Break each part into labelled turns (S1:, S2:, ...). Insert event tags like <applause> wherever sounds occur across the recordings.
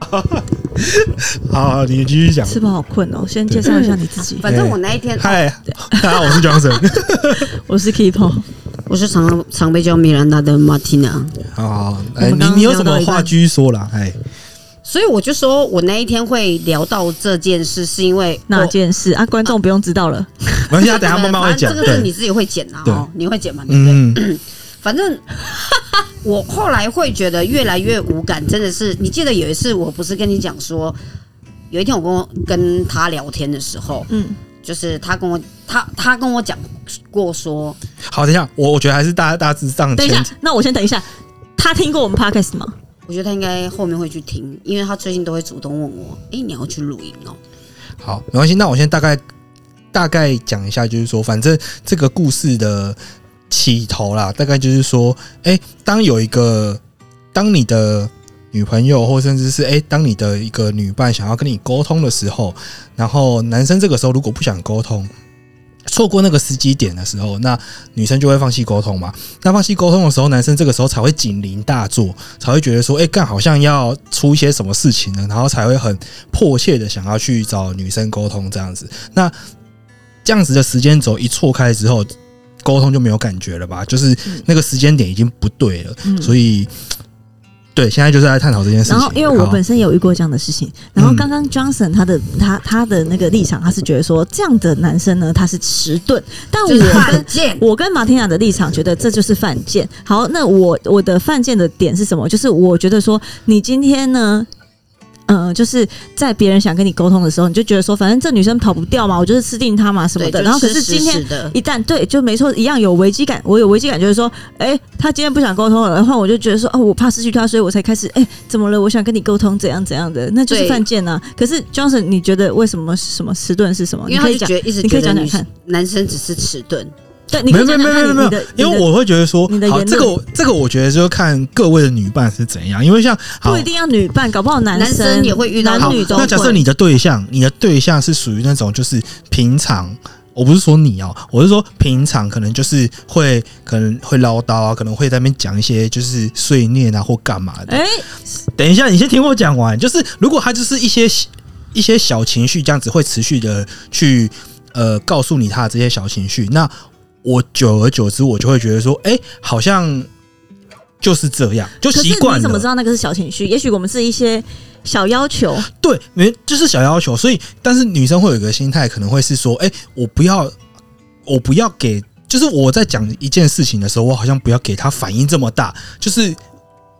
S1: 好，好你继续讲。
S2: <laughs> 吃饱好困哦，先介绍一下你自己。
S3: 反正我那一天，啊
S1: 嗨，大家好，我是 Johnson。
S2: <laughs> 我是 Keepo，
S3: 我是常常被叫米兰达的 Martina，
S1: 好，
S2: 我
S1: 哎，
S2: 们
S1: 你
S2: 刚刚
S1: 你有什
S2: 聊
S1: 么
S2: 到一半
S1: 话继续说啦？哎，
S3: 所以我就说我那一天会聊到这件事，是因为
S2: 哪
S3: 我
S2: 件事啊？观众不用知道了，
S1: 没关系，等一下慢慢会
S3: 反正
S1: 讲。
S3: 这个是你
S1: 对，
S3: 自己会剪啊，
S1: 对
S3: 哦，你会剪吗？你对。
S1: 嗯，
S3: 反正 <laughs> 我后来会觉得越来越无感，真的是。你记得有一次，我不是跟你讲说，有一天我跟我跟他聊天的时候，
S2: 嗯，
S3: 就是他跟我他他跟我讲过说，
S1: 好，等一下，我我觉得还是大家大致上
S2: 等一
S1: 前
S2: 下，那我先等一下。他听过我们 podcast 吗？
S3: 我觉得他应该后面会去听，因为他最近都会主动问我，诶，你要去录音哦？
S1: 好，没关系。那我先大概大概讲一下，就是说，反正这个故事的起头啦，大概就是说，哎、当有一个当你的女朋友，或甚至是哎、诶当你的一个女伴想要跟你沟通的时候，然后男生这个时候如果不想沟通。错过那个时机点的时候，那女生就会放弃沟通嘛。那放弃沟通的时候，男生这个时候才会警铃大作，才会觉得说，哎、干好像要出一些什么事情了，然后才会很迫切的想要去找女生沟通这样子。那这样子的时间轴一错开之后，沟通就没有感觉了吧？就是那个时间点已经不对了，
S2: 嗯
S1: 所以对，现在就是在探讨这件事情。
S2: 然后，因为我
S1: 好
S2: 本身也有遇过这样的事情。然后，
S1: 嗯
S2: 刚刚 Johnson 他的他他的那个立场，他是觉得说这样的男生呢，他是迟钝。但我
S3: 就是
S2: 跟
S3: 犯贱。
S2: 我跟马天雅的立场觉得这就是犯贱。好，那我我的犯贱的点是什么？就是我觉得说，你今天呢，呃，就是在别人想跟你沟通的时候，你就觉得说，反正这女生跑不掉嘛，我就是吃定她嘛什么
S3: 对，
S2: 的。
S3: 就
S2: 然后可
S3: 吃
S2: 是
S3: 屎
S2: 今天
S3: 屎的
S2: 一旦对，就没错，一样有危机感。我有危机感，就是说，哎、他今天不想沟通了，然后我就觉得说，哦，我怕失去他，所以我才开始，哎、怎么了？我想跟你沟通，怎样怎样的，那就是
S3: 对
S2: 犯贱啊。可是 Johnson，你觉得为什么什么迟钝是什么？
S3: 因
S2: 你可
S3: 为他
S2: 以
S3: 就
S2: 讲，
S3: 觉得一直
S2: 你可
S3: 觉
S2: 以
S3: 得
S2: 讲讲
S3: 女
S2: 看。
S3: 男生只是迟钝，
S2: 对，你
S1: 没
S2: 可
S1: 有
S2: 以
S1: 没有
S2: 讲
S1: 没
S2: 讲看
S1: 有
S2: 你
S1: 没有没
S2: 你的
S1: 有，因为
S2: 你的
S1: 我会觉得说
S2: 你的，
S1: 好，
S2: 言
S1: 这个
S2: 论
S1: 我这个我觉得就看各位的女伴是怎样，因为像好
S2: 不一定要女伴，搞不好男
S3: 男生也会遇到
S2: 男女都
S1: 那假设
S2: 会
S1: 你的对象，你的对象是属于那种就是平常，我不是说你哦，我是说平常可能就是会可能会唠叨啊，可能会在那边讲一些就是碎念啊或干嘛的。
S2: 哎、
S1: 等一下，你先听我讲完，就是如果他就是一些一些小情绪这样子会持续的去呃告诉你他的这些小情绪，那我久而久之我就会觉得说，哎、好像就是这样，就
S2: 可是
S1: 习惯了。
S2: 你怎么知道那个是小情绪？也许我们是一些小要求，
S1: 对，没就是小要求，所以但是女生会有一个心态，可能会是说，哎、我不要，我不要给，就是我在讲一件事情的时候，我好像不要给她反应这么大，就是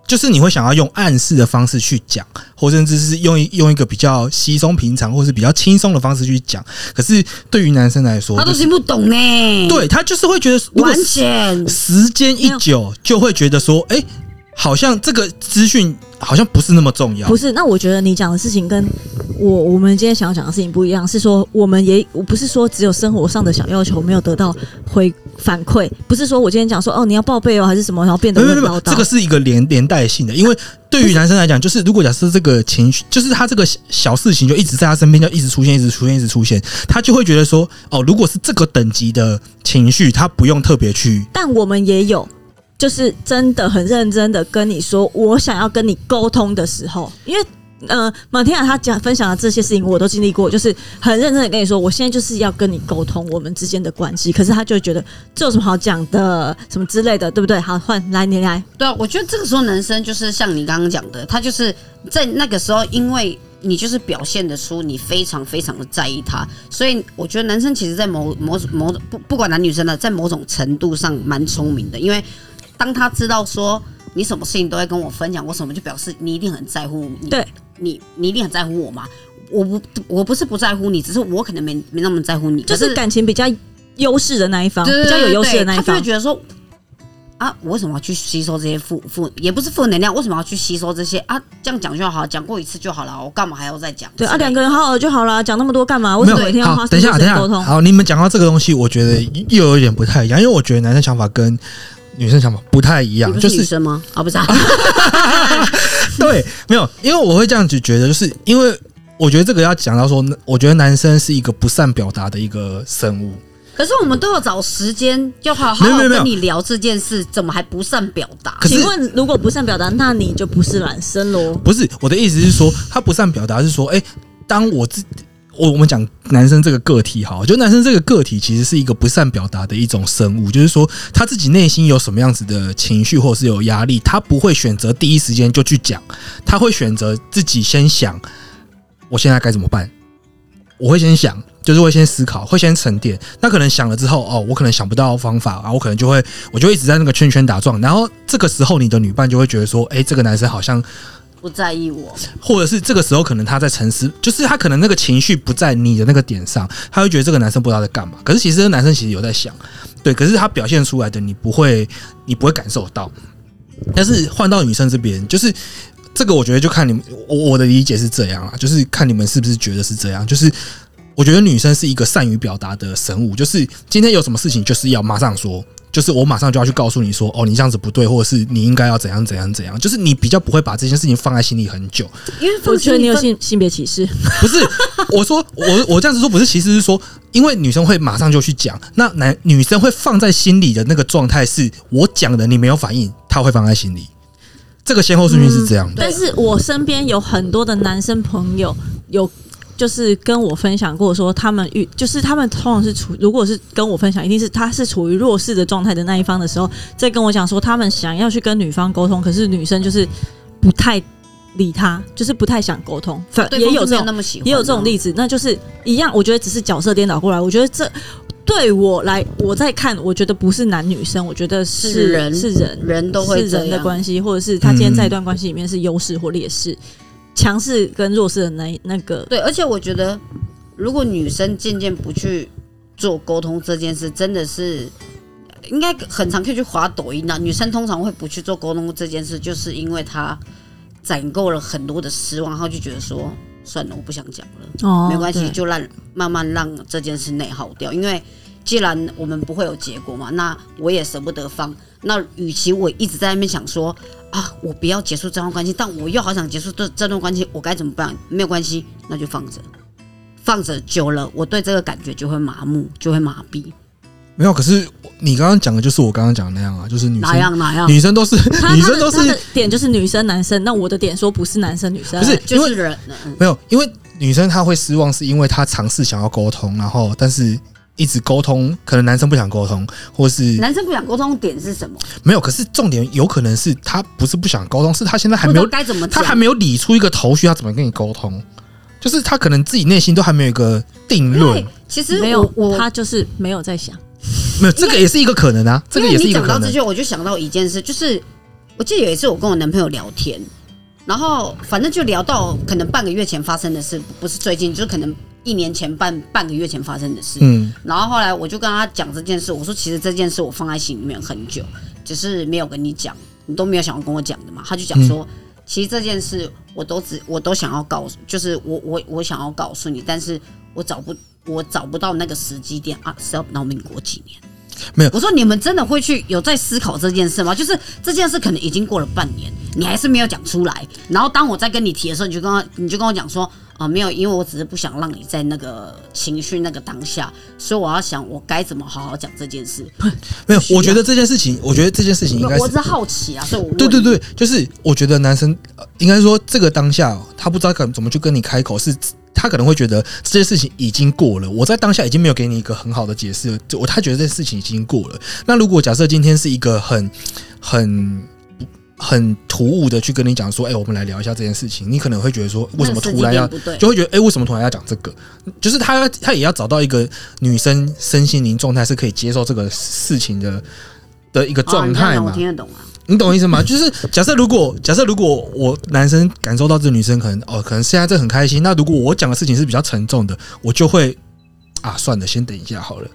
S1: 就是你会想要用暗示的方式去讲，或甚至是用一用一个比较稀松平常或是比较轻松的方式去讲，可是对于男生来说，
S3: 他都
S1: 就是
S3: 听不懂呢。，
S1: 对他就是会觉得，如果
S3: 完全
S1: 时间一久，就会觉得说，哎、好像这个资讯好像不是那么重要
S2: 不，是？那我觉得你讲的事情跟我我们今天想要讲的事情不一样，是说我们也我不是说只有生活上的小要求没有得到回反馈，不是说我今天讲说哦你要报备哦还是什么，然后变得
S1: 没有
S2: 很
S1: 没有没
S2: 唠
S1: 有，
S2: 叨。
S1: 这个是一个连连带性的，因为对于男生来讲，就是如果假设这个情绪，就是他这个小小事情就一直在他身边，就一直出现，一直出现，一直出现，他就会觉得说，哦，如果是这个等级的情绪，他不用特别去。
S2: 但我们也有。就是真的很认真的跟你说，我想要跟你沟通的时候，因为呃，马天雅她讲分享的这些事情，我都经历过，就是很认真的跟你说，我现在就是要跟你沟通我们之间的关系，可是他就会觉得这有什么好讲的，什么之类的，对不对？好，换来你来，
S3: 对啊，我觉得这个时候男生就是像你刚刚讲的，他就是在那个时候，因为你就是表现得出你非常非常的在意他，所以我觉得男生其实，在某某某不不管男女生的，在某种程度上蛮聪明的，因为当他知道说你什么事情都会跟我分享，我什么就表示你一定很在乎你，
S2: 对
S3: 你你一定很在乎我嘛。我不我不是不在乎你，只是我可能没没那么在乎你，
S2: 就
S3: 可
S2: 是
S3: 是
S2: 感情比较优势的那一方，
S3: 对
S2: 比较有优势的那一
S3: 他就
S2: 方
S3: 会，觉得说啊，我为什么要去吸收这些负负，也不是负能量，为什么要去吸收这些啊？这样讲就好，讲过一次就好了，我干嘛还要再讲？
S2: 对啊，
S3: 之类的
S2: 两个人好好就好了，讲那么多干嘛？为
S1: 没
S2: 什
S1: 有
S2: 么每天要花
S1: 好，
S2: 时
S1: 等一
S2: 间
S1: 下，等一
S2: 跟
S1: 下，
S2: 沟通？
S1: 好，你们讲到这个东西，我觉得又有一点不太一样，因为我觉得男生想法跟女生想法不太一
S3: 你
S1: 样，
S3: 不
S1: 就是
S3: 女
S1: 是
S3: 生吗？啊，不是、啊，
S1: 对，没有，因为我会这样子觉得，就是因为我觉得这个要讲到说，我觉得男生是一个不善表达的一个生物，
S3: 可是我们都有找时间，就好好
S1: 没有
S3: 好
S1: 没有没有
S3: 跟你聊这件事，怎么还不善表达
S1: 可？是
S2: 请问，如果不善表达，那你就不是男生喽？
S1: 不是我的意思是说，他不善表达是说，哎、当我自我我们讲男生这个个体好，就男生这个个体其实是一个不善表达的一种生物，就是说他自己内心有什么样子的情绪或者是有压力，他不会选择第一时间就去讲，他会选择自己先想，我现在该怎么办？我会先想，就是会先思考，会先沉淀。那可能想了之后，哦，我可能想不到方法啊，我可能就会，我就一直在那个圈圈打转。然后这个时候，你的女伴就会觉得说，哎、这个男生好像
S3: 不在意我，
S1: 或者是这个时候可能他在沉思，就是他可能那个情绪不在你的那个点上，他会觉得这个男生不知道在干嘛。可是其实这个男生其实有在想，对，可是他表现出来的你不会，你不会感受到。但是换到女生这边，就是这个，我觉得就看你们，我我的理解是这样啊，就是看你们是不是觉得是这样，就是。我觉得女生是一个善于表达的神物，就是今天有什么事情就是要马上说，就是我马上就要去告诉你说，哦，你这样子不对，或者是你应该要怎样怎样怎样，就是你比较不会把这件事情放在心里很久。
S3: 因为
S2: 我觉得你有
S3: 些
S2: 性性别歧视，
S1: 不是， <laughs> 我说我我这样子说不是，其实是说，因为女生会马上就去讲，那男女生会放在心里的那个状态是，我讲的你没有反应，她会放在心里。这个先后顺序是这样的，
S2: 但是我身边有很多的男生朋友有。就是跟我分享过说，他们遇就是他们通常是处，如果是跟我分享，一定是他是处于弱势的状态的那一方的时候，再跟我讲说他们想要去跟女方沟通，可是女生就是不太理他，就是不太想沟通，反也有这种
S3: 那么喜欢啊，
S2: 也有这种例子，那就是一样。我觉得只是角色颠倒过来。我觉得这对我来，我在看，我觉得不是男女生，我觉得是
S3: 是人
S2: 是人
S3: 人都会
S2: 是
S3: 这样嗯
S2: 人的关系，或者是他今天在一段关系里面是优势或劣势，强势跟弱势的那一那个。
S3: 对，而且我觉得，如果女生渐渐不去做沟通这件事，真的是应该很常可以去滑抖音啊。女生通常会不去做沟通这件事，就是因为她攒够了很多的失望，她就觉得说算了，我不想讲了。
S2: 哦
S3: 没关系，
S2: 对
S3: 就让慢慢让这件事内耗掉。因为既然我们不会有结果嘛，那我也舍不得放。那与其我一直在那边想说啊，我不要结束这段关系，但我又好想结束这这段关系，我该怎么办？没有关系，那就放着，放着久了，我对这个感觉就会麻木，就会麻痹。
S1: 没有。可是你刚刚讲的就是我刚刚讲的那样啊，就是女
S3: 哪
S1: 生
S3: 样哪样，
S1: 女生都是
S2: 他
S1: 女
S2: 他
S1: 生
S2: 的
S1: 都
S2: 他的
S1: 是
S2: 点就是女生男生，那我的点说不是男生女生，
S1: 不是因
S3: 就
S1: 为
S3: 是人，嗯
S1: 没有，因为女生她会失望，是因为她尝试想要沟通，然后但是一直沟通，可能男生不想沟通，或是
S3: 男生不想沟通的点是什么？
S1: 没有。可是重点有可能是他不是不想沟通，是他现在还
S3: 不
S1: 没
S3: 知
S1: 有
S3: 道该怎么
S1: 他
S3: 讲，
S1: 还没有理出一个头绪，他怎么跟你沟通？就是他可能自己内心都还没有一个定
S3: 因为
S1: 论，
S3: 其实
S2: 没有
S3: 我我
S2: 他就是没有在想，
S1: 没有这个也是一个可能啊，这个
S3: 因
S1: 也
S3: 为
S1: 是
S3: 你
S1: 一个
S3: 讲
S1: 可
S3: 到这
S1: 能。
S3: 句，我就想到一件事，就是我记得有一次我跟我男朋友聊天，然后反正就聊到可能半个月前发生的事，不是最近，就是可能一年前半半个月前发生的事。
S1: 嗯，
S3: 然后后来我就跟他讲这件事，我说其实这件事我放在心里面很久，只是没有跟你讲，你都没有想要跟我讲的嘛。他就
S1: 嗯
S3: 讲说，其实这件事我都只我都想要告诉，就是我我我想要告诉你，但是我找不我找不到那个时机点啊，是要闹民国几年？
S1: 没有
S3: 我说你们真的会去有在思考这件事吗？就是这件事可能已经过了半年，你还是没有讲出来。然后当我在跟你提的时候，你就跟我你就跟我讲说，啊、没有，因为我只是不想让你在那个情绪那个当下，所以我要想我该怎么好好讲这件事。
S1: 没有
S3: 需，要
S1: 我觉得这件事情，我觉得这件事情应该
S3: 我
S1: 是
S3: 只是好奇啊，所以我问
S1: 对对
S3: 你，
S1: 对，就是我觉得男生呃应该说这个当下，他不知道该怎么去跟你开口，是他可能会觉得这件事情已经过了，我在当下已经没有给你一个很好的解释了，就我他觉得这件事情已经过了。那如果假设今天是一个很很。很突兀的去跟你讲说，哎、我们来聊一下这件事情，你可能会觉得说，为什么
S3: 那个时
S1: 突
S3: 机
S1: 然
S3: 点
S1: 要
S3: 不对？
S1: 就会觉得，哎、为什么突然要讲这个？就是他他也要找到一个女生身心灵状态是可以接受这个事情的的一个
S3: 好啊
S1: 状
S3: 你这样
S1: 态
S3: 讲
S1: 嘛
S3: 我。听得懂啊。
S1: 你懂我意思吗？ <laughs> 就是假设如果假设如果我男生感受到这女生可能哦，可能现在这很开心，那如果我讲的事情是比较沉重的，我就会啊，算了，先等一下好了。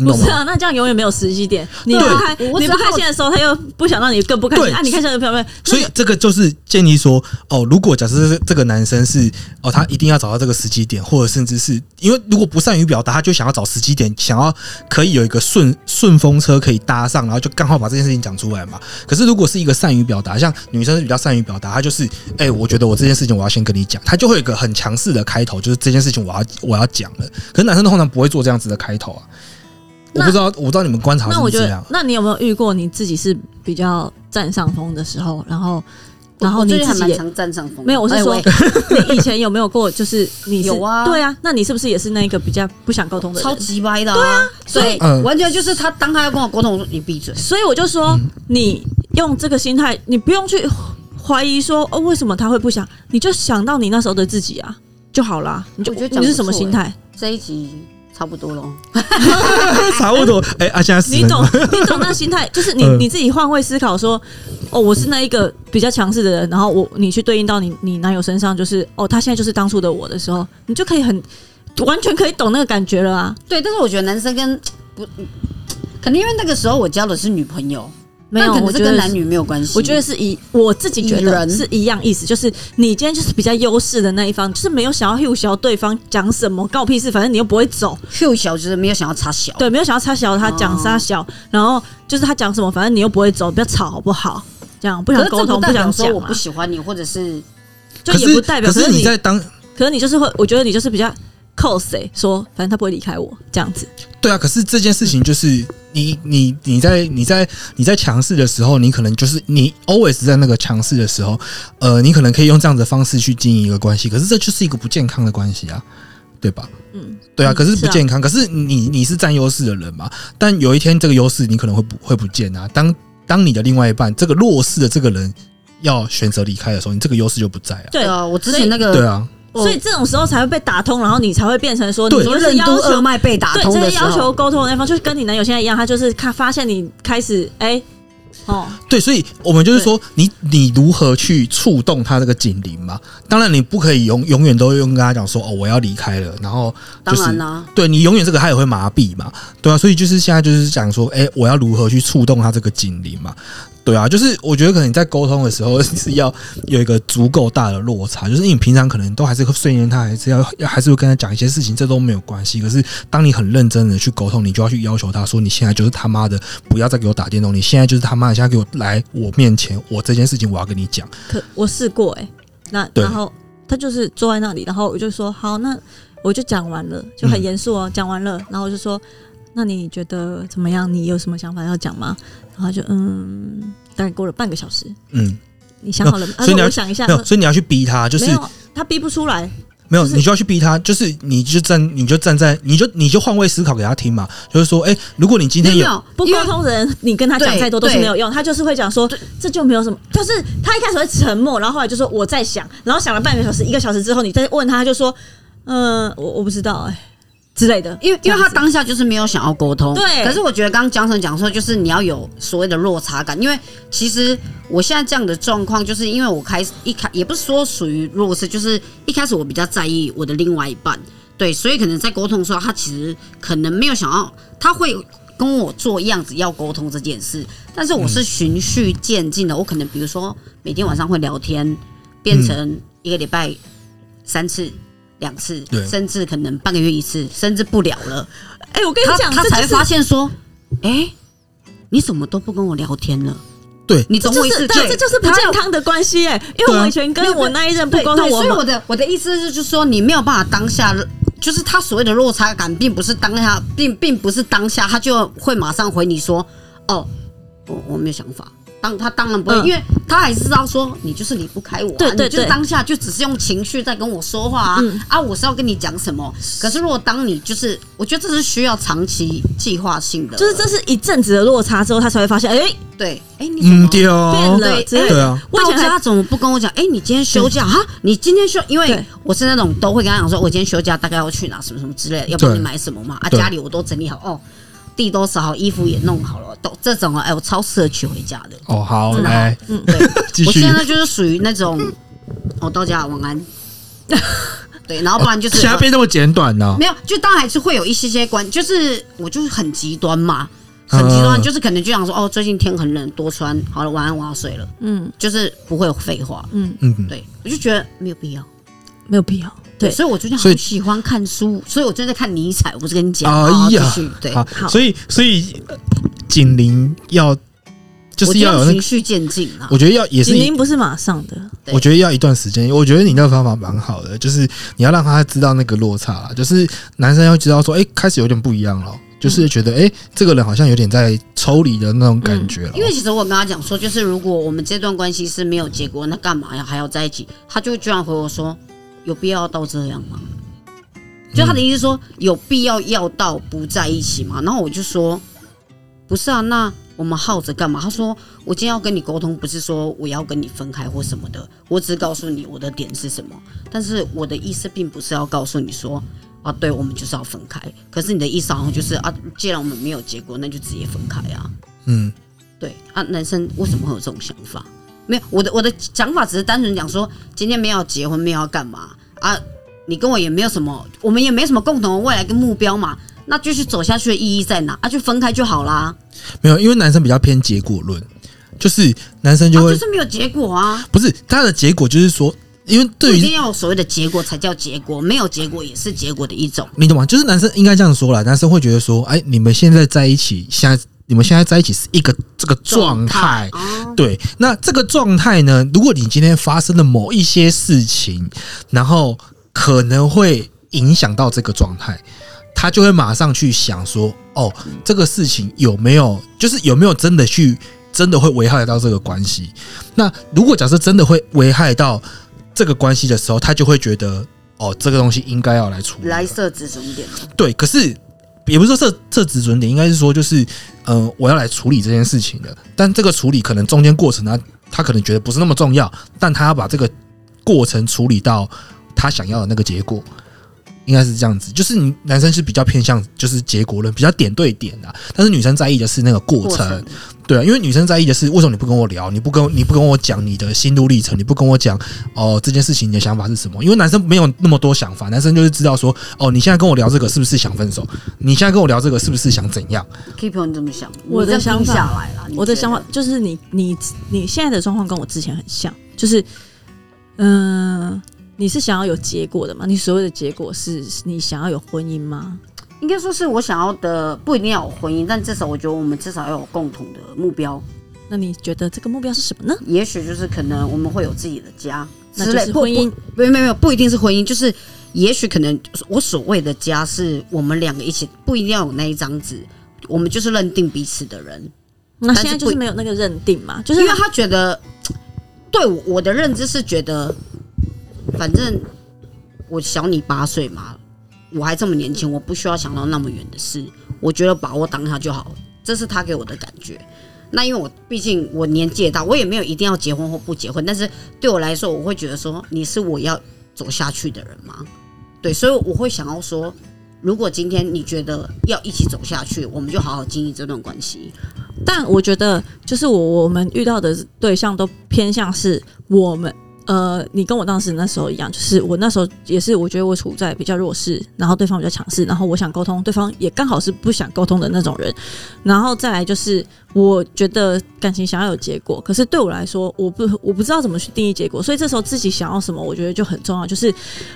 S1: 你
S2: 不
S1: 懂吗
S2: 是？啊，那这样永远没有时机点。你不
S1: 对
S2: 开，
S3: 我
S2: 你
S3: 知
S2: 不
S3: 道
S2: 开心的时候，他又不想让你更
S3: <laughs>
S2: 不开
S1: 对
S2: 心啊！你开心的漂不漂亮？
S1: 所以这个就是建议说，哦，如果假设这个男生是哦，他一定要找到这个时机点，或者甚至是因为如果不善于表达，他就想要找时机点，想要可以有一个顺顺风车可以搭上，然后就刚好把这件事情讲出来嘛。可是如果是一个善于表达，像女生是比较善于表达，她就是哎、我觉得我这件事情我要先跟你讲，她就会有一个很强势的开头，就是这件事情我要我要讲了。可是男生通常不会做这样子的开头啊。我
S2: 那
S1: 不知道，我不知道你们观察是
S2: 那
S1: 不
S2: 我
S1: 是
S2: 觉
S1: 这样
S2: 得，。那你有没有遇过你自己是比较占上风的时候，然后然后
S3: 我
S2: 你
S3: 最近还
S2: 自己
S3: 蛮
S2: 也
S3: 常占上风的。
S2: 没有？我是
S3: 哎
S2: 说，
S3: 喂
S2: 你以前有没有过？就是你是
S3: 有啊
S2: 对啊，那你是不是也是那一个比较不想沟通的
S3: 超
S2: 人？
S3: 级歪的、对啊，所以
S1: 嗯
S3: 完全就是他当他要跟我沟通，我说你闭嘴。
S2: 所以我就说，你用这个心态，你不用去怀疑说哦，为什么他会不想？你就想到你那时候的自己啊，就好啦。你就
S3: 我觉得讲
S2: 你是什么
S3: 不错欸
S2: 心
S3: <laughs>
S2: 态？
S3: 这一集差不多咯。
S1: <laughs> 差不多，哎、啊，现在十
S2: 你
S1: 分
S2: 懂，你懂那心态，就是你
S1: 嗯
S2: 你自己换位思考说，哦，我是那一个比较强势的人，然后我你去对应到你你男友身上，就是哦，他现在就是当初的我的时候，你就可以很完全可以懂那个感觉了啊。
S3: 对，但是我觉得男生跟不，可能因为那个时候我交的是女朋友，
S2: 没
S3: 那
S2: 有，
S3: 可
S2: 我
S3: 能
S2: 觉
S3: 这跟
S2: 得
S3: 男
S2: 是。
S3: 女没有关系。
S2: 我觉得是以我自己觉
S3: 以
S2: 得
S3: 人
S2: 是一样意思，就是你今天就是比较优势的那一方，就是没有想要 h 小对方讲什么，告屁事，反正你又不会走，
S3: Q 小就是没有想要插小，
S2: 对，没有想要插小他讲啥小，
S3: 哦
S2: 然后就是他讲什么，反正你又不会走，不要吵好不好？这样不
S3: 可
S2: 想
S3: 是
S2: 沟
S3: 这
S2: 通，
S3: 不代
S2: 想
S3: 表
S2: 讲
S3: 说
S2: 啊，
S3: 我不喜欢你，或者是
S2: 就
S1: 可
S2: 也
S1: 是
S2: 不代表。
S1: 可是你在当
S2: 可是你就是会，我觉得你就是比较 cos 欸说反正他不会离开我这样子。
S1: 对啊，可是这件事情就是你你你在你在你在强势的时候，你可能就是你 always 在那个强势的时候，呃，你可能可以用这样子的方式去经营一个关系，可是这就是一个不健康的关系啊，对吧？
S2: 嗯，
S1: 对啊，
S2: 嗯
S1: 可是
S2: 是
S1: 不
S2: 啊
S1: 健康。可是你你是占优势的人嘛？但有一天这个优势你可能会不会不见啊。当当你的另外一半这个弱势的这个人要选择离开的时候，你这个优势就不在啊。
S2: 对。
S3: 呃，我之
S2: 所
S3: 前
S2: 以
S3: 那
S1: 对
S3: 个，
S1: 啊，
S3: 我
S2: 所以这种时候才会被打通，然后你才会变成说，你
S1: 对
S3: 我
S2: 就是
S3: 任
S2: 要
S3: 督二
S2: 求，
S3: 脉被打
S2: 对，
S3: 通
S2: 就
S3: 的
S2: 是
S3: 时
S2: 要求
S3: 候，
S2: 沟通的那方，就是跟你男友现在一样，他就是看发现你开始哎、哦，
S1: 对，所以我们就是说，你你如何去触动他这个警铃嘛？当然，你不可以永永远都用跟他讲说哦，我要离开了，然后就
S3: 当
S1: 是
S3: 然啦、
S1: 对你永远这个他也会麻痹嘛，对啊，所以就是现在就是讲说，哎、我要如何去触动他这个警铃嘛？对啊，就是我觉得可能你在沟通的时候是要有一个足够大的落差，就是你平常可能都还是会顺应他，还是要要还是会跟他讲一些事情，这都没有关系。可是当你很认真的去沟通，你就要去要求他说，你现在就是他妈的不要再给我打电动，你现在就是他妈的现在给我来我面前，我这件事情我要跟你讲。
S2: 可我试过哎、那
S1: 对
S2: 然后他就是坐在那里，然后我就说好，那我就讲完了，就很
S1: 嗯
S2: 严肃哦，讲、完了，然后我就说，那你觉得怎么样？你有什么想法要讲吗？然后他就嗯，大概过了半个小时，
S1: 嗯，
S2: 你想好了吗？他
S1: 所以你
S2: 说
S1: 要
S2: 我想一下，
S1: 没有，所以你要去逼他，就是
S2: 没有，他逼不出来。
S1: 没有，
S2: 就是
S1: 你就要去逼他，就是你就站，你就站在，你就你就换位思考给他听嘛，就是说，哎、如果你今
S3: 没
S1: 天有，
S3: 有
S2: 不
S3: 因为
S2: 沟通的人，你跟他讲
S3: 对
S2: 再多都是
S3: 对
S2: 没有用，他就是会讲说这就没有什么。但是他一开始会沉默，然后后来就说我在想，然后想了半个小时、一个小时之后，你再问他，他就说嗯、我我不知道哎、之类的。
S3: 因为
S2: 这
S3: 因
S2: 样
S3: 为
S2: 子
S3: 他当下就是没有想要沟通，
S2: 对
S3: 可是我觉得刚刚江晨讲说，就是你要有所谓的落差感，因为其实我现在这样的状况，就是因为我开始一开也不是说属于弱势，就是一开始我比较在意我的另外一半，对，所以可能在沟通的时候，他其实可能没有想要，他会。跟我做样子要沟通这件事，但是我是循序渐进的。我可能比如说每天晚上会聊天，变成一个礼拜三次、两次
S1: 对，
S3: 甚至可能半个月一次，甚至不了
S2: <laughs>
S3: 了。
S2: 哎、我跟你
S3: 他
S2: 讲，
S3: 他
S2: 这
S3: 才
S2: 就是
S3: 发现说，哎、你怎么都不跟我聊天了？
S1: 对
S3: 你
S2: 这
S3: 懂我
S2: 就
S3: 意思？
S2: 是，但这就是不健康的关系哎、因
S1: 对
S2: 为
S1: 啊
S2: 我以前跟我那一任不
S3: 对
S2: 沟
S3: 对，
S2: 通，我
S3: 所以
S2: 们
S3: 我的我的意思是，就是说你没有办法当下，就是他所谓的落差感，并不是当下，并并不是当下，他就会马上回你说，哦，我我没有想法。当他当然不会，
S2: 嗯
S3: 因为他还是知道说你就是离不开我、啊，
S2: 对对
S3: 你就是
S2: 对
S3: 当下就只是用情绪在跟我说话啊、
S2: 嗯
S3: 啊，我是要跟你讲什么。可是如果当你就是，我觉得这是需要长期计划性的，
S2: 就是这是一阵子的落差之后，他才会发现哎、
S3: 对，哎、你怎么
S1: 嗯，对哦
S2: 变，了
S3: 对
S2: 之类
S1: 对
S2: 的。
S1: 啊，
S2: 我以前
S3: 到
S2: 还嗯
S3: 家怎么不跟我讲？哎、你今天休假哈？你今天休，因为
S2: 对
S3: 我是那种都会跟他讲说，我今天休假大概要去哪什么什么之类的，要帮你买什么嘛。啊，
S1: 对
S3: 家里我都整理好哦，地都扫好，衣服也弄好了，都这种啊，哎、我超适合娶回家的。嗯
S1: 哦，好，来，
S3: 对，
S1: <laughs> 继
S3: 我
S1: 续
S3: 哦
S2: <laughs>
S3: 现，在就是属于那种，我、到家了晚安。对，然后不然
S2: 哦
S3: 就是
S1: 现在变那么简短呢、
S3: 没有，就当然还是会有一些些关，就是我就是很极端嘛，很极端，
S1: 嗯
S3: 就是可能就想说，哦，最近天很冷，多穿好了，晚安，我要睡了，
S2: 嗯
S3: 就是不会有废话。
S2: 嗯，
S1: 嗯，
S3: 对，我就觉得没有必要。
S2: 没有必要。对，
S3: 所以我最近
S1: 所以
S3: 很喜欢看书，所以我最近在看尼采，我不是跟你讲，
S1: 哎
S3: 然后继
S1: 呀
S3: 续对，
S1: 好
S2: 好，
S1: 所以所以呃警铃要就是要
S3: 我
S1: 有那
S3: 觉得
S1: 个
S3: 循，序渐进啊
S1: 我。觉得要也是
S2: 警铃不是马上的，
S3: 对
S1: 我觉得要一段时间，我觉得你那个方法蛮好的，就是你要让他知道那个落差啦，就是男生要知道说，哎、开始有点不一样了，就是觉得，哎、这个人好像有点在抽离的那种感觉了、
S3: 因为其实我跟他讲说，就是如果我们这段关系是没有结果，那干嘛要还要在一起？他就居然回我说，有必要到这样吗？就他的意思是说，有必要要到不在一起吗？然后我就说，不是啊，那我们耗着干嘛？他说，我今天要跟你沟通，不是说我要跟你分开或什么的，我只告诉你我的点是什么，但是我的意思并不是要告诉你说。啊，对，我们就是要分开。可是你的意思好像就是啊，既然我们没有结果，那就直接分开啊。
S1: 嗯，
S3: 对啊，男生为什么会有这种想法？没有，我的我的想法只是单纯讲说，今天没有结婚，没有要干嘛啊？你跟我也没有什么，我们也没什么共同的未来跟目标嘛，那继续走下去的意义在哪？啊，就分开就好啦，
S1: 没有，因为男生比较偏结果论，就是男生
S3: 啊，
S1: 哦就会、
S3: 就是没有结果啊。
S1: 不是他的结果就是说，因为
S3: 不
S1: 对
S3: 一
S1: 于
S3: 定要有所谓的结果才叫结果，没有结果也是结果的一种。
S1: 你懂吗？就是男生应该这样说啦，男生会觉得说，哎，你们现在在一起，现在你们现在在一起是一个这个状态。
S3: 啊，
S1: 对，那这个状态呢？如果你今天发生了某一些事情，然后可能会影响到这个状态，他就会马上去想说，哦，这个事情有没有，就是有没有真的去，真的会危害到这个关系？那如果假设真的会危害到这个关系的时候，他就会觉得，哦，这个东西应该要来处理了，
S3: 来设止损点了，
S1: 对，可是也不是说设设止损点，应该是说就是，呃，我要来处理这件事情的。但这个处理可能中间过程呢，他可能觉得不是那么重要，但他要把这个过程处理到他想要的那个结果，应该是这样子。就是你男生是比较偏向就是结果论，比较点对点的、但是女生在意的是那个过
S3: 过
S1: 程。
S3: 程
S1: 对啊，因为女生在意的是为什么你不跟我聊，你不跟你不跟我讲你的心路历程，你不跟我讲哦这件事情你的想法是什么？因为男生没有那么多想法，男生就是知道说哦你现在跟我聊这个是不是想分手？你现在跟我聊这个是不是想怎样？
S3: ，keep on 这么想，
S2: 我的
S3: 你这样
S2: 想
S3: 听
S2: 法
S3: 下来了，你
S2: 我的
S3: 觉
S2: 想
S3: 得
S2: 法就是你你你现在的状况跟我之前很像，就是嗯、呃你是想要有结果的吗？你所谓的结果是是你想要有婚姻吗？
S3: 应该说是我想要的，不一定要有婚姻，但至少我觉得我们至少要有共同的目标，
S2: 那你觉得这个目标是什么呢？
S3: 也许就是可能我们会有自己的家
S2: 那
S3: 之
S2: 就
S3: 类，
S2: 是
S3: 不
S2: 婚姻
S3: 不，没有没有没有，不一定是婚姻，就是也许可能我所谓的家是我们两个一起，不一定要有那一张纸。我们就是认定彼此的人，
S2: 那
S3: 但
S2: 现在
S3: 是
S2: 就是
S3: 不
S2: 没有那个认定嘛，就是
S3: 因为他觉得，对我我的认知是觉得，反正我小你八岁嘛，我还这么年轻，我不需要想到那么远的事，我觉得把握当下就好，这是他给我的感觉。那因为我毕竟我年纪也大，我也没有一定要结婚或不结婚，但是对我来说，我会觉得说你是我要走下去的人吗？对，所以我会想要说，如果今天你觉得要一起走下去，我们就好好经营这段关系。
S2: 但我觉得，就是我我们遇到的对象都偏向是我们，呃，你跟我当时那时候一样，就是我那时候也是，我觉得我处在比较弱势，然后对方比较强势，然后我想沟通，对方也刚好是不想沟通的那种人，然后再来就是，我觉得感情想要有结果，可是对我来说，我不我不知道怎么去定义结果，所以这时候自己想要什么，我觉得就很重要，就是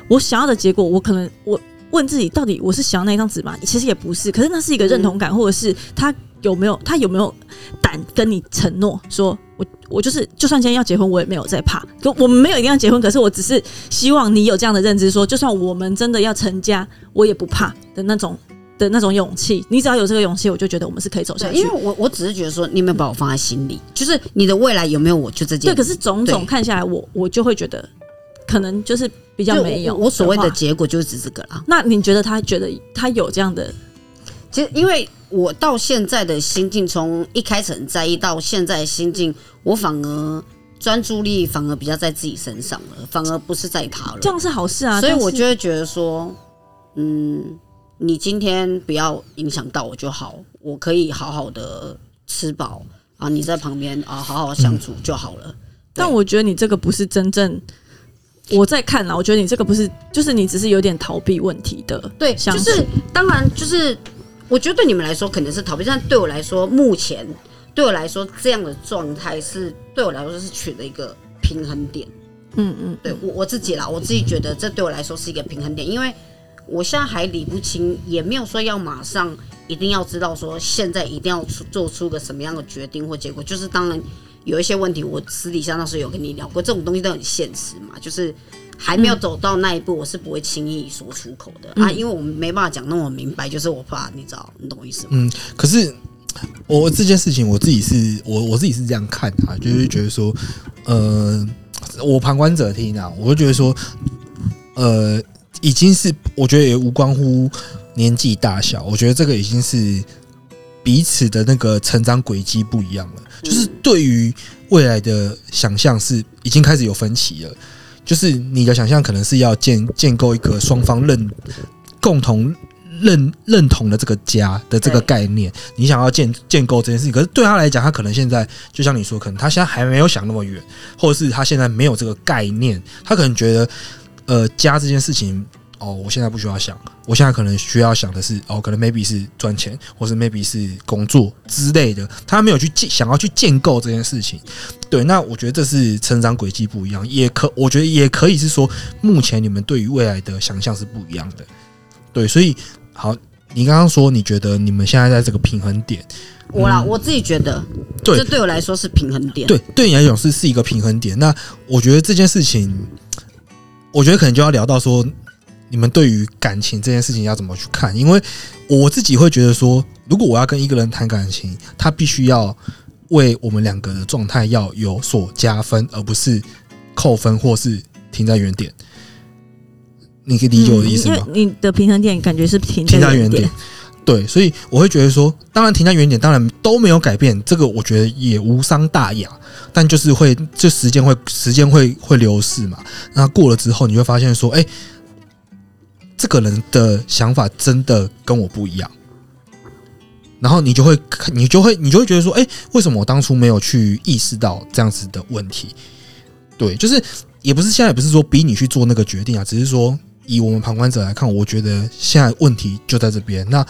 S2: 我想要的结果，我可能我。问自己到底我是想要那张纸吗？其实也不是，可是那是一个认同感，或者是他有没有他有没有胆跟你承诺说，我我就是就算今天要结婚，我也没有在怕，就我们没有一定要结婚，可是我只是希望你有这样的认知说就算我们真的要成家，我也不怕的那种的那种勇气。你只要有这个勇气，我就觉得我们是可以走下去
S3: 对，因为。我我只是觉得说，你有没有把我放在心里？就是你的未来有没有我就这件
S2: 对，可是种种
S3: 对
S2: 看下来，我我就会觉得可能就是比较
S3: 就
S2: 没有
S3: 我我所谓的
S2: 话。
S3: 结果就是指这个啦。
S2: 那你觉得他觉得他有这样的？
S3: 其实因为我到现在的心境，从一开始很在意到现在的心境，我反而专注力反而比较在自己身上了，反而不是在他了。
S2: 这样是好事啊，
S3: 所以
S2: 但是
S3: 我就会觉得说，嗯，你今天不要影响到我就好，我可以好好的吃饱啊，你在旁边啊好好相处就好了。
S2: 但我觉得你这个不是真正我在看啦，我觉得你这个不是，就是你只是有点逃避问题的。
S3: 对，
S2: 相
S3: 就
S2: 处
S3: 是当然就是，我觉得对你们来说可能是逃避，但对我来说，目前对我来说这样的状态是对我来说是取得一个平衡点。
S2: 嗯嗯，
S3: 对我我自己啦，我自己觉得这对我来说是一个平衡点，因为我现在还理不清，也没有说要马上一定要知道说现在一定要出做出个什么样的决定或结果。就是当然有一些问题，我私底下那时候有跟你聊过，这种东西都很现实嘛，就是还没有走到那一步，我是不会轻易说出口的、
S1: 嗯
S3: 啊，因为我们没办法讲那么明白，就是我怕你知道，你懂我意思吗？
S1: 可是我这件事情我自己是我我自己是这样看的啊，就是觉得说，呃，我旁观者听啊，我就觉得说，呃，已经是我觉得也无关乎年纪大小，我觉得这个已经是彼此的那个成长轨迹不一样了，就是对于未来的想象是已经开始有分歧了。就是你的想象可能是要建建构一个双方认共同认认同的这个家的这个
S3: 对
S1: 概念，你想要建建构这件事情，可是对他来讲，他可能现在就像你说，可能他现在还没有想那么远，或者是他现在没有这个概念，他可能觉得，呃，家这件事情，哦，我现在不需要想，我现在可能需要想的是，哦，可能 maybe 是赚钱，或是 maybe 是工作之类的，他没有去建想要去建构这件事情，对，那我觉得这是成长轨迹不一样，也可我觉得也可以是说，目前你们对于未来的想象是不一样的，对，所以好。你刚刚说你觉得你们现在在这个平衡点，
S3: 我啦，我自己觉得，
S1: 对
S3: 这对我来说是平衡点。
S1: 对，对你来讲是是一个平衡点。那我觉得这件事情，我觉得可能就要聊到说，你们对于感情这件事情要怎么去看？因为我自己会觉得说，如果我要跟一个人谈感情，他必须要为我们两个的状态要有所加分，而不是扣分或是停在原点。你可以理解我的意思吗？
S2: 嗯因为你的平衡点感觉是停
S1: 停在
S2: 原
S1: 原点。对，所以我会觉得说，当然停在原点，当然都没有改变，这个我觉得也无伤大雅，但就是会，这时间会时间会会流逝嘛。那过了之后，你会发现说，哎、这个人的想法真的跟我不一样，然后你就会，你就会，你就会觉得说，哎、为什么我当初没有去意识到这样子的问题？对，就是也不是现在也不是说逼你去做那个决定啊，只是说以我们旁观者来看，我觉得现在问题就在这边。那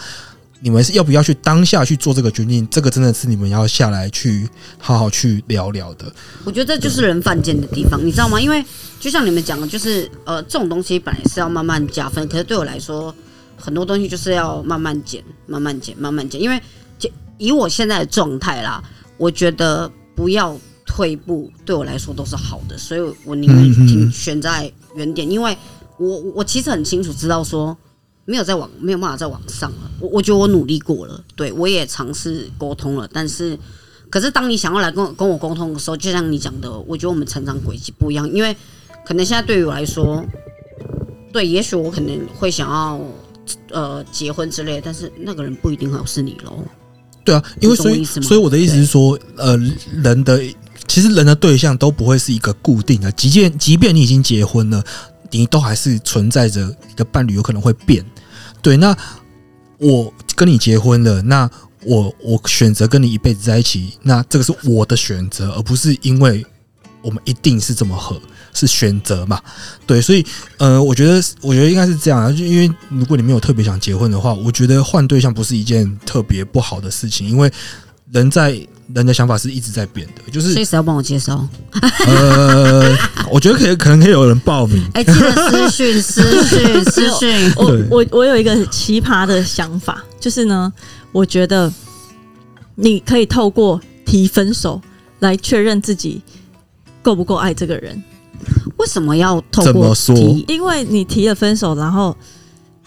S1: 你们是要不要去当下去做这个决定？这个真的是你们要下来去好好去聊聊的。
S3: 我觉得这就是人犯贱的地方，你知道吗？因为就像你们讲的，就是呃，这种东西本来是要慢慢加分，可是对我来说，很多东西就是要慢慢减、慢慢减、慢慢减。因为就以我现在的状态啦，我觉得不要退步，对我来说都是好的，所以我宁愿
S1: 嗯嗯嗯
S3: 停选在原点，因为我我其实很清楚知道说。没有再往没有办法再往上了，我我觉得我努力过了，对我也尝试沟通了，但是可是当你想要来跟我跟我沟通的时候，就像你讲的，我觉得我们成长轨迹不一样，因为可能现在对于我来说，对，也许我可能会想要呃结婚之类的，但是那个人不一定合适你
S2: 嗯
S3: 喽。
S1: 对啊，因为
S3: 你懂
S1: 所
S3: 我
S1: 以
S3: 意思吗
S1: 所以我的意思是说，呃，人的其实人的对象都不会是一个固定的，即便即便你已经结婚了，你都还是存在着你的伴侣有可能会变。对，那我跟你结婚了，那我我选择跟你一辈子在一起，那这个是我的选择，而不是因为我们一定是这么合，是选择嘛？对，所以呃，我觉得我觉得应该是这样啊，就因为如果你没有特别想结婚的话，我觉得换对象不是一件特别不好的事情，因为人在人的想法是一直在变的，就是
S3: 所以谁要帮我介绍？
S1: 呃，我觉得可以可能可以有人报名，
S3: 哎、记得私讯私讯私讯。
S2: 我
S1: 对
S2: 我我有一个很奇葩的想法，就是呢，我觉得你可以透过提分手来确认自己够不够爱这个人，
S3: 为什么要透
S1: 怎么
S3: 过
S1: 说
S3: 提？
S2: 因为你提了分手，然后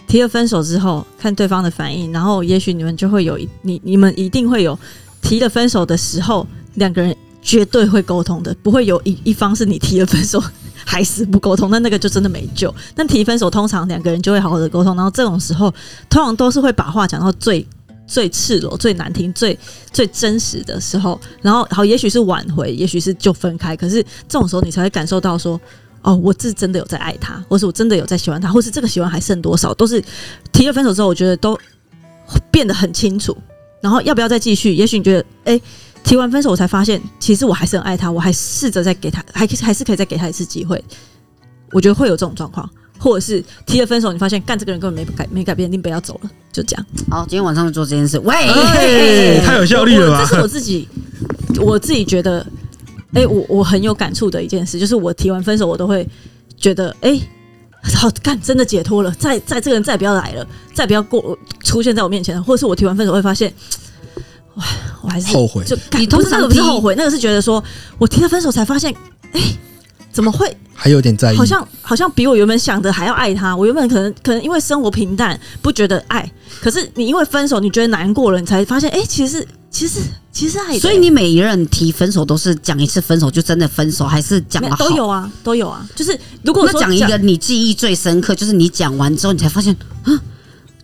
S2: 提了分手之后，看对方的反应，然后也许你们就会有一你你们一定会有提了分手的时候，两个人绝对会沟通的，不会有一一方是你提了分手还死不沟通，那那个就真的没救。但提分手通常两个人就会好好的沟通，然后这种时候通常都是会把话讲到最。最赤裸、最难听、最最真实的时候，然后好，也许是挽回，也许是就分开，可是这种时候你才会感受到说，哦，我是真的有在爱他，或是我真的有在喜欢他，或是这个喜欢还剩多少，都是提了分手之后，我觉得都变得很清楚。然后要不要再继续？也许你觉得，哎、提完分手我才发现，其实我还是很爱他，我还试着再给他，还还是可以再给他一次机会。我觉得会有这种状况，或者是提了分手，你发现干这个人根本没改没改变，你不要走了，就这样。
S3: 好，哦今天晚上就做这件事。喂，
S2: 啊
S1: 哎太有效率了吧
S2: 我这是我自己，我自己觉得，哎、我我很有感触的一件事，就是我提完分手，我都会觉得，哎、好干，真的解脱了，再再这个人再也不要来了，再也不要过出现在我面前了，或者是我提完分手会发现，哇，我还是
S1: 后悔
S2: 就
S3: 你
S2: 你
S3: 通
S2: 通
S3: 常
S2: 常不是
S3: 提
S2: 后悔，那个是觉得说我提了分手才发现，哎、怎么会
S1: 还有点在
S3: 哎
S1: 意，
S2: 好像好像比我原本想的还要爱他。我原本可能可能因为生活平淡不觉得爱，可是你因为分手你觉得难过了，你才发现哎、诶其实其实其实爱的。
S3: <laughs> 所以你每一任提分手都是讲一次分手就真的分手，还是讲
S2: 没
S3: 了
S2: 有都有啊都有啊，就是如果
S3: 那
S2: 说
S3: 讲一个你记忆最深刻，就是你讲完之后，你才发现啊，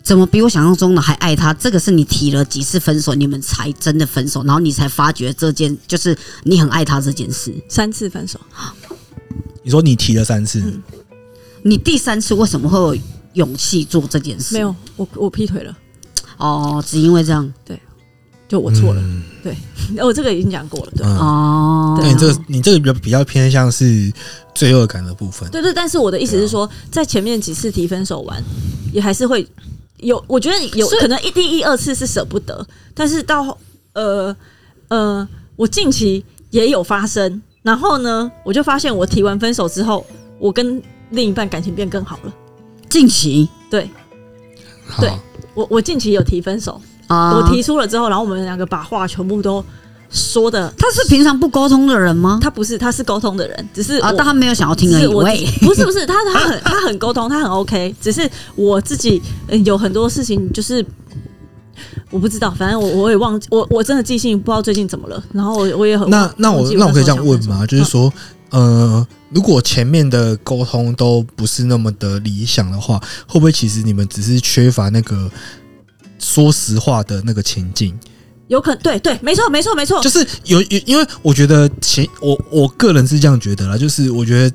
S3: 怎么比我想象中的还爱他？这个是你提了几次分手，你们才真的分手，然后你才发觉这件就是你很爱他这件事。
S2: 三次分手，
S1: 你说你提了三次，
S2: 嗯
S3: 你第三次为什么会有勇气做这件事？
S2: 没有我我劈腿了，
S3: 哦，只因为这样
S2: 就我错了，对，
S3: 嗯
S2: <laughs> 我这个已经讲过了，对。
S1: 嗯
S3: 哦。
S1: 那你这个你这个比较偏向是罪恶感的部分，
S2: 对对，但是我的意思是说，在前面几次提分手完，也还是会有，我觉得有
S3: 所以
S2: 可能一第一二次是舍不得，但是到后呃呃，我近期也有发生，然后呢，我就发现我提完分手之后，我跟另一半感情变更好了。
S3: 近期
S2: 对
S1: 好
S2: 对我，我近期有提分手，
S3: 啊，
S2: 我提出了之后，然后我们两个把话全部都说的，
S3: 他是平常不沟通的人吗？
S2: 他不是他是沟通的人，只是
S3: 啊，
S2: 我
S3: 但他没有想要听
S2: 只
S3: 而
S2: 是
S3: 已。
S2: 我自
S3: 喂
S2: 己， <laughs> 不是不是，他他
S1: <laughs>
S2: 很他很沟通，他很 OK，只是我自己呃有很多事情就是。我不知道，反正我我也忘记，我我真的记性不知道最近怎么了。然后我我也很
S1: 那那
S2: 呃忘
S1: 我
S2: 记
S1: 那我可以
S2: 时
S1: 这样
S2: 候想
S1: 问
S2: 分手
S1: 吗？就是说，呃，如果前面的沟通都不是那么的理想的话，会不会其实你们只是缺乏那个说实话的那个情境？
S2: 有可能对对，没错没错没错
S1: 就，是有有，因为我觉得情，我我个人是这样觉得啦，就是我觉得。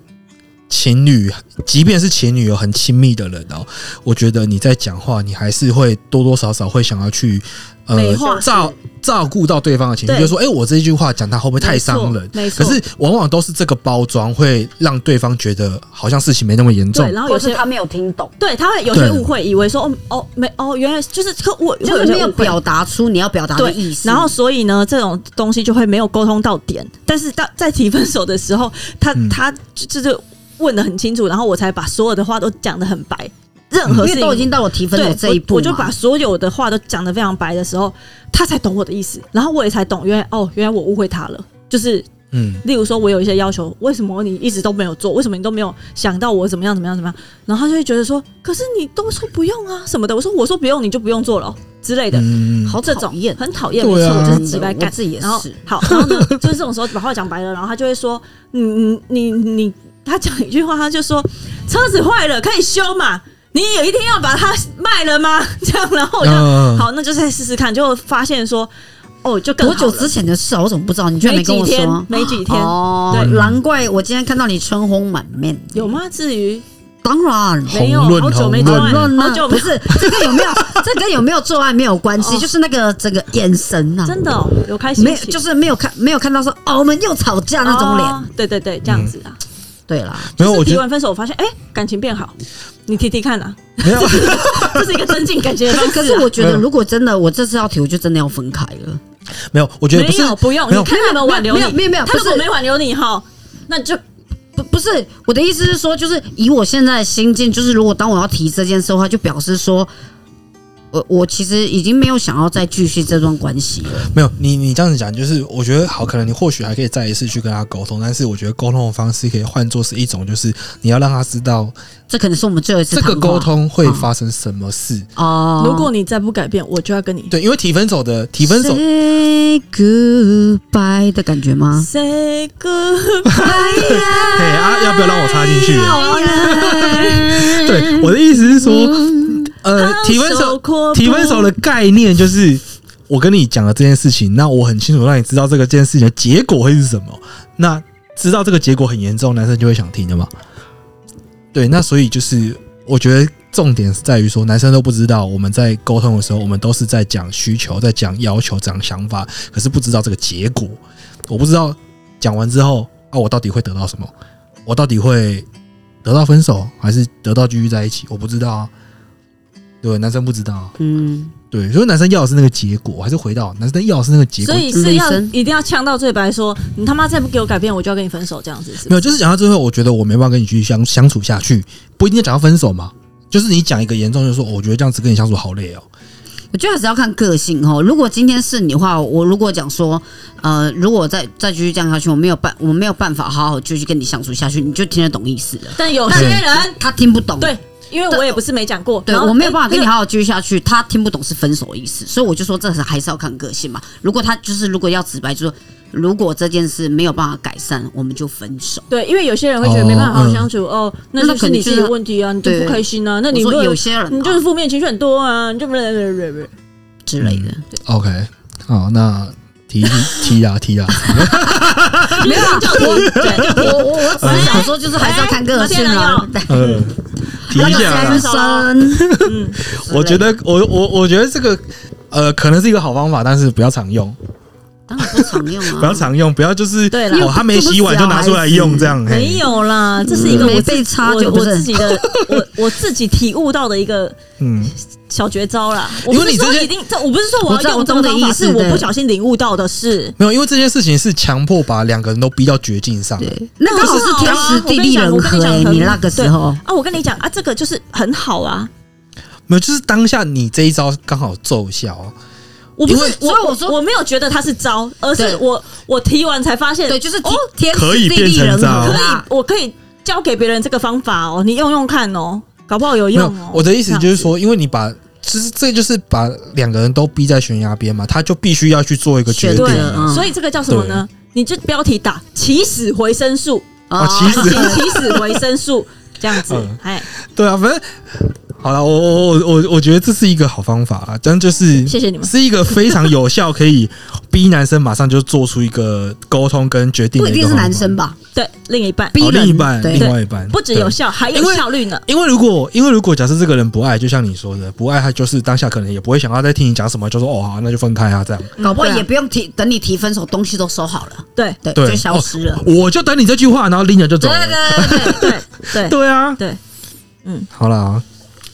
S1: 情侣，即便是情侣有很亲密的人哦，我觉得你在讲话，你还是会多多少少会想要去
S2: 美
S1: 呃
S2: 化
S1: 照照顾到对方的情绪，
S2: 对
S1: 就是说，哎、我这句话讲他会不会太
S2: 没错
S1: 伤人？
S2: 没
S1: 可
S2: 错，
S1: 是往往都是这个包装会让对方觉得好像事情没那么严重
S2: 对，，然后有
S3: 或是
S2: 些
S3: 他没有听懂，
S2: 对他会有些
S1: 对
S2: 误会，以为说哦哦没哦，原来就是可我
S3: 就
S2: 会
S3: 是
S2: 些
S3: 没有
S2: 误会
S3: 表达出你要表达的
S2: 对
S3: 意思。
S2: 然后所以呢，这种东西就会没有沟通到点。但是到在提分手的时候，他、
S1: 嗯
S2: 他就就是问的很清楚，然后我才把所有的话都讲的很白，任何事
S3: 因为
S2: 情
S3: 都已经到我提分
S2: 对
S3: 手这一步
S2: 我，我就
S3: 嘛
S2: 把所有的话都讲的非常白的时候，他才懂我的意思，然后我也才懂，原来哦，原来我误会他了，就是
S1: 嗯，
S2: 例如说，我有一些要求，为什么你一直都没有做？为什么你都没有想到我怎么样怎么样怎么样？然后他就会觉得说，可是你都说不用啊什么的。我说我说不用，你就不用做了哦之类的。
S1: 嗯
S3: 好
S2: 这
S3: 讨
S2: 种
S3: 厌
S2: 很讨厌，
S1: 对
S2: 没
S1: 啊
S2: 错，我就是直白
S3: 我
S2: 干
S3: 自己也是
S2: 然后好，然后呢，就是这种时候把话讲白了，然后他就会说，嗯你你你你，他讲一句话，他就说车子坏了可以修嘛，你有一天要把它卖了吗？ <laughs> 这样，然后我就、
S1: 嗯
S2: 好，那就再试试看，就发现说，哦，就更
S3: 多
S2: 好
S3: 久
S2: 了
S3: 之前的事啊？我怎么不知道？你居然
S2: 没
S3: 跟
S2: 几
S3: 我说
S2: 天，？没几天，
S3: 哦，
S2: 对
S3: 难怪我今天看到你春红满面。
S2: 有吗？至于
S3: 当然，
S2: 没有，
S1: 红润
S2: 好久没
S1: 红
S2: 做
S1: 润
S2: 爱，
S3: 论
S2: 好
S3: 呢
S2: 久
S3: 不
S2: 没有，
S3: 是这个有 <laughs> 没有，这跟有没有做爱没有关系，
S2: 哦
S3: 就是那个整个眼神呐，
S2: 真的哦有开心
S3: 啊没有，
S2: 起
S3: 就是没有看没有看到说哦，我们又吵架那种脸。
S2: 哦对对对，这样子啊。
S3: 对啦，
S1: 嗯没有，
S2: 就是
S1: 我觉
S2: 提
S1: 得
S2: 完分手，我发现哎、感情变好，你提提看啊，
S1: 没有，
S2: 这是一个增进感情的
S3: 可
S2: 方式
S3: 是
S2: 啊、
S3: 可是我觉
S1: 没
S3: 得，
S1: 有
S3: 如果真的我这次要提，我就真的要分开了。
S1: <laughs> 没有，我觉得不
S2: 没
S1: 是
S2: 有不用，
S1: 没有
S2: 你看他们挽留你，
S3: 没有没有没有
S2: 他如
S3: 不
S2: 果
S3: 是
S2: 没挽留你哈，那就
S3: 不不是我的意思是说，就是以我现在的心境，就是如果当我要提这件事的话，就表示说，我我其实已经没有想要再继续这段关系了。
S1: 没有，你你这样子讲，就是我觉得好，可能你或许还可以再一次去跟他沟通，但是我觉得沟通的方式可以换作是一种，就是你要让他知道
S3: 这可能是我们最后一次
S1: 这个
S3: 谈话
S1: 沟通会发生什么事。
S3: 哦。
S2: 如果你再不改变，我就要跟你
S1: 嗯对，因为提分手的提分手
S3: say goodbye 的感觉吗？
S2: say goodbye。
S3: 哎
S1: 嘿啊，要不要让我插进去？啊
S2: 好
S1: <laughs> 对，我的意思是说，呃，提分手
S2: 嗯手阔步
S1: 提分手的概念就是我跟你讲了这件事情，那我很清楚让你知道这个件事情的结果会是什么。那知道这个结果很严重，男生就会想听的嘛。对，那所以就是我觉得重点是在于说，男生都不知道我们在沟通的时候，我们都是在讲需求，在讲要求，讲想法，可是不知道这个结果。我不知道讲完之后啊，我到底会得到什么？我到底会得到分手还是得到继续在一起，我不知道啊。对，男生不知道啊，
S3: 嗯，
S1: 对，所以男生要的是那个结果，还是回到男生要的是那个结果
S2: 所。以是要
S3: 女生
S2: 一定要呛到最白说，你他妈再不给我改变，我就要跟你分手，这样子
S1: 没
S2: 是不
S1: 有，
S2: 是？
S1: 就是讲到最后，我觉得我没办法跟你继续相相处下去，不一定讲到分手嘛。就是你讲一个严重，就是说、哦我觉得这样子跟你相处好累哦。
S3: 我觉得还是要看个性哦。如果今天是你的话，我如果讲说，呃，如果再再继续这样下去，我没有办，我没有办法好好继续跟你相处下去，你就听得懂意思了。
S2: 但有些人
S3: 他听不懂，
S2: 对，因为我也不是没讲过，
S3: 对
S2: 然后
S3: 我没有办法跟你
S2: 哎
S3: 好好继续下去，他听不懂是分手的意思，所以我就说这是还是要看个性嘛。如果他就是如果要直白，就说如果这件事没有办法改善，我们就分手。
S2: 对，因为有些人会觉得没办法好好相处，哦，那
S3: 那
S2: 就是
S3: 可能
S2: 你自己的问题啊，你就
S3: 对
S2: 不开心啊，那你
S3: 我
S2: 如
S3: 说
S2: 果
S3: 有些人、哦
S2: 你就是负面情绪很多啊，你就不不不不不。
S3: 之类的，
S1: OK，好，那提提啊提 <laughs> 啊，
S2: 没有啊，我
S3: 我我我只是想说，就是还是要看个性啊啦。
S1: 嗯，提
S3: 要
S1: 一
S3: 看
S1: 下啦
S3: 先
S2: 男。
S3: 生，
S1: 我觉得我我我觉得这个呃，可能是一个好方法，但是不要常用，
S3: 当然不常用啊，
S1: 不要常用，不要就是
S2: 嗯对啦
S1: 哦，他没洗碗就拿出来用这样。嘿
S2: 没有啦，这是一个
S3: 没
S2: 我
S3: 被
S2: 自
S3: 插
S2: 我
S3: 就不
S2: 我
S3: 是
S2: 自己
S3: <laughs>
S2: 的我我自己体悟到的一个
S1: 嗯，
S2: 小绝招啦。我
S1: 因
S2: 不
S1: 为你
S2: 是说
S1: 之前
S2: 一定，这我不是说
S3: 我
S2: 我
S3: 知道
S2: 要用这
S3: 我
S2: 个
S3: 懂你
S2: 方法，
S3: 意思
S2: 是我
S3: 对
S2: 不小心领悟到的事。
S1: 没有，因为这件事情是强迫把两个人都逼到绝境上。
S3: 对，那刚好是天时地利人和、
S2: 啊我跟你
S3: 欸。
S2: 讲
S3: 你那个时候，
S2: 啊，我跟你讲啊，这个就是很好啊。
S1: 没有，就是当下你这一招刚好奏效。啊
S2: 我不
S1: 因为
S2: 是我
S3: 所以我
S2: 我
S3: 说
S2: 我没有觉得它是招，而是
S3: 对
S2: 我我提完才发现，
S3: 对，就是
S2: 哦，
S3: 天时
S1: 可以
S3: 地
S1: 变
S3: 利
S1: 成
S3: 人和
S1: 这样
S3: 啦。
S2: 我可以教给别人这个方法哦，你用用看哦，搞不好有
S1: 没
S2: 用
S1: 有
S2: 哦。，
S1: 我的意思
S2: 这
S1: 就
S2: 样
S1: 是
S2: 子，
S1: 说，因为你把。就是，这就是把两个人都逼在悬崖边嘛，他就必须要去做一个决
S3: 选
S1: 定
S3: 对
S1: 啊
S3: 了嗯
S2: 所以这个叫什么呢？你就标题打“起死回生术”，
S1: 哦其实 <laughs>
S2: 感情起死回生术这样子
S1: 嗯，
S2: 哎，
S1: 对啊，反正好了，我我我我我觉得这是一个好方法啦，但就是
S2: 谢谢你们。
S1: 是一个非常有效，可以逼男生马上就做出一个沟通跟决定
S3: 不
S1: 的
S3: 一
S1: 一
S3: 定
S1: 个
S3: 是
S1: 方法。
S3: 男生吧？
S2: 对，另一半
S3: 逼
S1: 哦，
S3: 人
S1: 另一半，
S3: 对
S1: 另外一半
S2: 不只有
S1: 对
S2: 效，还
S1: 因
S2: 有
S1: 为
S2: 效率呢。
S1: 因为如果因为如果假设这个人不爱，就像你说的，不爱他就是当下可能也不会想要再听你讲什么，就说哦好，那就分开啊这样。
S3: 搞不好
S2: 对啊
S3: 也不用提，等你提分手，东西都收好了，
S2: 对
S3: 对，
S1: 对
S3: 就消失了。
S1: 我就等你这句话，然后拎着就走
S3: 对
S1: 了。
S3: 对对对对，
S2: 对对
S1: 对啊，
S2: 对，
S1: 好啦，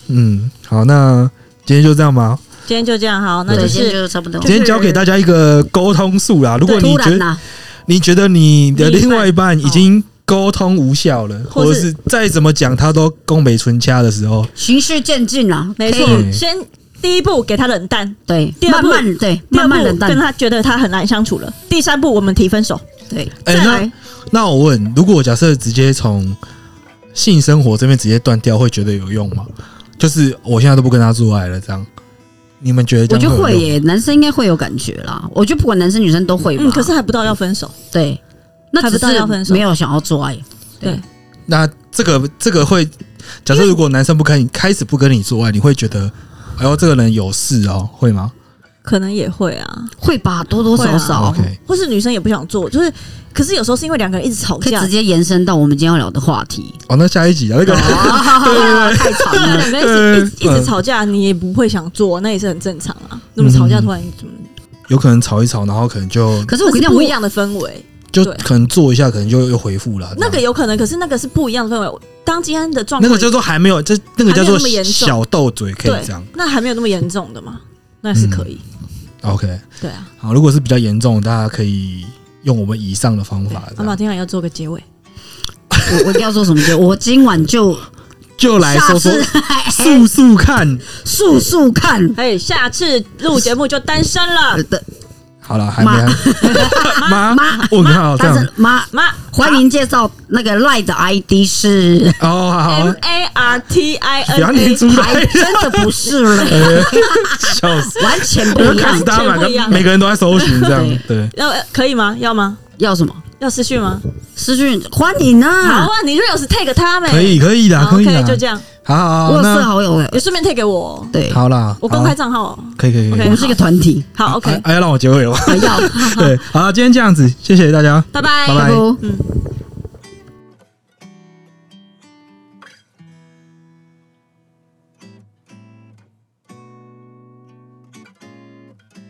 S1: 嗯，好，那今天就这样吧。
S2: 今天就这样，好，那
S3: 对
S2: 就
S3: 今天
S2: 是
S3: 就差不多
S2: 就。
S1: 今天教给大家一个沟通术啦。如果你
S3: 突
S1: 觉
S3: 然
S1: 得
S3: 呐，
S1: 你觉得你的
S2: 另一半
S1: 另外一半已经沟通无效了，或
S2: 或
S1: 者
S2: 是
S1: 是再怎么讲他都宫北唇掐的时候，
S3: 循序渐进啊，
S2: 没
S3: 可以
S2: 错，
S1: 嗯
S2: 先第一步给他冷淡，
S3: 对，
S2: 第二
S3: 慢
S2: 步
S3: 慢对，
S2: 第二
S3: 慢
S2: 步
S3: 慢冷淡
S2: 跟，他觉得他很难相处了，第三步我们提分手，
S3: 对，
S1: 哎、
S2: 再
S1: 那
S2: 来
S1: 那我问，如果假设直接从性生活这边直接断掉，会觉得有用吗？就是我现在都不跟他做爱了，这样你们觉得这
S3: 我觉
S1: 样
S3: 得
S1: 会
S3: 会
S1: 有用吗？
S3: 耶，男生应该会有感觉啦。我觉得不管男生女生都会吧
S2: 嗯，，可是还不到要分手，
S3: 对，那
S2: 还
S3: 只
S2: 不到要分
S3: 是
S2: 手
S3: 没有想要做爱，
S2: 对，
S1: 那这个这个会，假设如果男生不跟你开始不跟你做爱，你会觉得，哎呦，这个人有事哦，会吗
S2: 可能也会啊，
S3: 会吧，多多少
S2: 会
S3: 少
S1: ？OK，
S2: 或是女生也不想做，就是，可是有时候是因为两个人一直吵
S3: 可以
S2: 架
S3: 直，接延伸到我们今天要聊的话题。
S1: 哦，那下一集啊，那个
S2: 哦
S3: 太长
S2: 对啊，
S3: 了，
S2: 两个人一直
S1: 嗯
S2: 一直一直吵架，你也不会想做，那也是很正常啊。那么吵架突然怎么？
S1: <laughs> 有可能吵一吵，然后可能就
S3: 可是我跟你
S2: 那
S3: 讲，
S2: 不
S3: 我
S2: 一样的氛围，
S1: 就
S2: 对
S1: 可能做一下，可能就又回复了。
S2: 那
S1: 这
S2: 个
S1: 样
S2: 有可能，可是那个是不一样的氛围。当今天的状
S1: 那
S2: 况，
S1: 个叫做还没有，这那个叫做
S2: 还没有那么严重
S1: 小斗嘴，可以
S2: 对
S1: 这样。，
S2: 那还没有那么严重的嘛，那是可以，
S1: OK，
S2: 对啊。
S1: 好，如果是比较严重，大家可以用我们以上的方法，
S2: 阿
S1: 这
S2: 马
S1: 样
S2: 天还要做个结尾，
S3: 我我一定要做什么？就我今晚就
S1: 就来
S3: 下
S1: 说说
S3: 次
S1: 速速看。
S3: 速速看。
S2: 哎，下次录节目就单身
S1: <laughs>
S2: 了，
S3: 呃的
S1: 好了，还没
S2: <laughs>
S1: 还妈
S3: 妈
S1: 问号啊这
S3: 但
S1: 样啊
S3: 是妈，
S2: 妈，
S3: 欢迎介绍那个赖的 ID
S1: <laughs>
S3: 是，
S1: 哦，好
S2: M，A R T I
S1: 不要
S2: N E
S1: 念
S2: A，
S1: 出来，哎
S3: 还真的不是
S1: <laughs>
S3: 了，
S1: 笑
S2: <laughs>
S1: 死！
S3: 完全不
S1: 我就
S3: 一
S1: 开
S3: 样
S1: 始。大家
S2: 完
S1: 每
S2: 全不一
S1: 个
S2: 样
S1: 每个人都在搜寻这样
S3: 对，
S1: 对，
S2: 要呃可以吗？要吗？
S3: 要什么？
S2: 要私讯吗？
S3: 私讯欢迎
S2: 好
S3: 啊！
S2: 啊，你 reels tag 他们，
S1: 嗯可以可以的，
S2: 好
S1: 可以啊
S2: ，OK，就这
S1: 的，
S2: 样，
S1: 好好好，
S3: 我有设
S1: 那
S3: 好友
S2: 也
S3: 了，
S2: 顺便 tag 给我，
S3: 对，
S1: 好啦，
S2: 哎我公开
S1: 好，
S2: 账号哦，
S1: 可以可以可
S3: 我
S1: 以
S2: ，OK
S3: 们是一个团体，
S2: 好，OK， <laughs>
S1: 哎哎要让我结尾了吗？
S3: 要
S1: 对，好，今天这样子，谢谢大家，
S2: 拜拜，
S1: 拜拜
S3: 不？
S2: 嗯。